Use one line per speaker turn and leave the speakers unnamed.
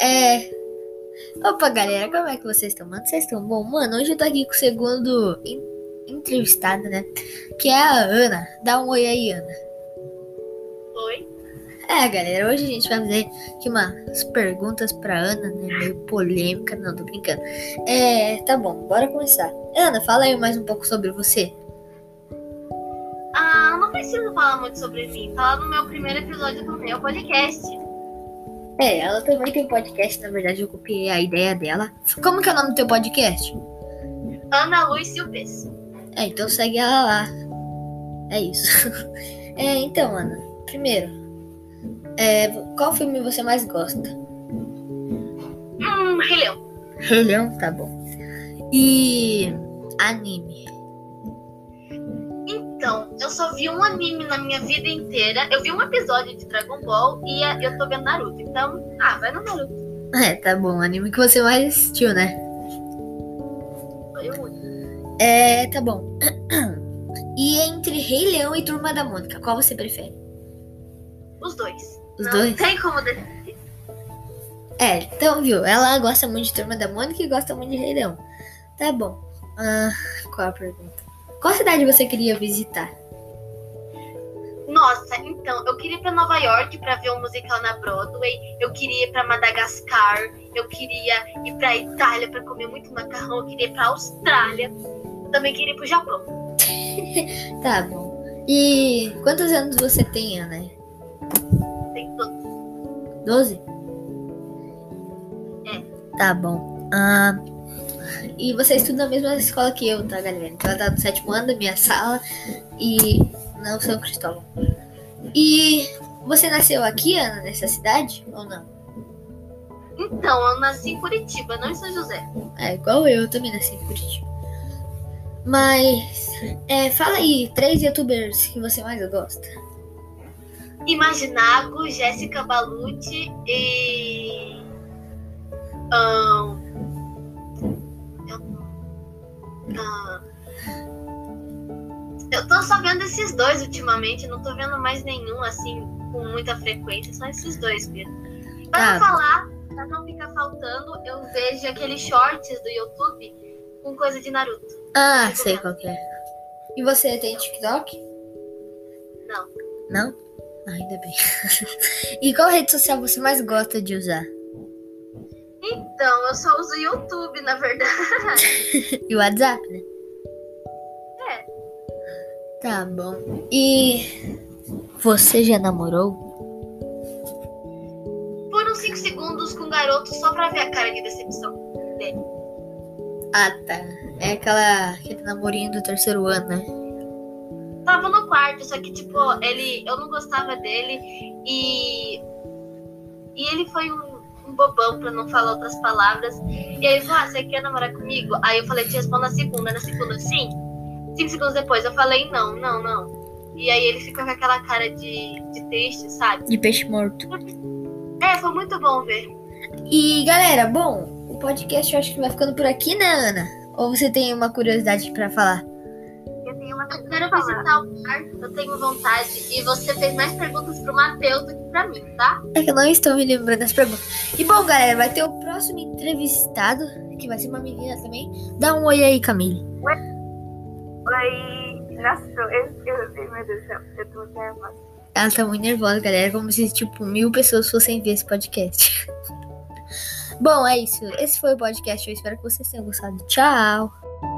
É. Opa, galera, como é que vocês estão, mano? Vocês estão bom? Mano, hoje eu tô aqui com o segundo en- entrevistado, né? Que é a Ana. Dá um oi aí, Ana.
Oi?
É, galera, hoje a gente vai fazer aqui umas perguntas pra Ana, né? Meio polêmica, não, tô brincando. É, tá bom, bora começar. Ana, fala aí mais um pouco sobre você.
Ah, não preciso falar muito sobre mim. Tá lá no meu primeiro episódio do meu podcast.
É, ela também tem um podcast, na verdade, eu copiei a ideia dela. Como que é o nome do teu podcast?
Ana Luz Silves.
É, então segue ela lá. É isso. É, então, Ana, primeiro, é, qual filme você mais gosta?
Hum, Rei Leão.
Rei Leão, tá bom. E anime.
Então, eu só vi um anime na minha vida inteira. Eu vi um episódio de Dragon Ball e ah, eu tô vendo Naruto. Então, ah, vai no Naruto.
É, tá bom, anime que você mais assistiu, né?
Foi o único.
É, tá bom. E entre Rei Leão e Turma da Mônica, qual você prefere?
Os dois.
Os
não
dois?
tem como decidir.
É, então viu, ela gosta muito de Turma da Mônica e gosta muito de Rei Leão. Tá bom. Ah, qual a pergunta? Qual cidade você queria visitar?
Nossa, então, eu queria ir pra Nova York pra ver um musical na Broadway. Eu queria ir pra Madagascar. Eu queria ir pra Itália pra comer muito macarrão. Eu queria ir pra Austrália. Eu também queria ir pro Japão.
Tá bom. E quantos anos você tem, Ana?
Tem todo-
Doze?
É.
Tá bom. Ah, e você estuda na mesma escola que eu, tá, galera? Então ela tá no sétimo ano da minha sala e não sou Cristóvão. E você nasceu aqui, Ana, nessa cidade? Ou não?
Então, eu nasci em Curitiba, não em São José.
É, igual eu, eu também nasci em Curitiba. Mas, é, fala aí, três youtubers que você mais gosta.
Imaginago, Jéssica Balucci e. ahn, eu, ah, eu tô só vendo esses dois ultimamente, não tô vendo mais nenhum assim com muita frequência, só esses dois mesmo. Pra
Tá.
não falar, pra não ficar faltando, eu vejo aqueles shorts do YouTube com coisa de Naruto.
Ah, sei qual que é. E você tem TikTok?
Não.
Não? Ah, ainda bem. e qual rede social você mais gosta de usar?
Então, eu só uso o YouTube, na verdade.
E o WhatsApp, né?
É.
Tá bom. E você já namorou?
Por uns 5 segundos com o garoto só pra ver a cara de decepção.
Ah, tá. É aquela aquele namorinho do terceiro ano, né?
Tava no quarto, só que, tipo, ele. Eu não gostava dele e. E ele foi um, um bobão pra não falar outras palavras. E aí ele falou: Ah, você quer namorar comigo? Aí eu falei, te respondo na segunda, na segunda, sim. Cinco segundos depois eu falei, não, não, não. E aí ele ficou com aquela cara de, de triste, sabe?
De peixe morto.
É, foi muito bom ver.
E galera, bom, o podcast eu acho que vai ficando por aqui, né, Ana? Ou você tem uma curiosidade pra falar?
Eu tenho uma eu quero visitar o parque, eu tenho vontade. E você fez mais perguntas pro Matheus do que pra mim, tá?
É que eu não estou me lembrando das perguntas. E bom, galera, vai ter o próximo entrevistado, que vai ser uma menina também. Dá um oi aí, Camille.
Oi, nossa, eu, eu, eu, meu Deus do céu, eu tô nervosa.
Ela tá muito nervosa, galera, como se, tipo, mil pessoas fossem ver esse podcast. bom, é isso. Esse foi o podcast. Eu espero que vocês tenham gostado. Tchau!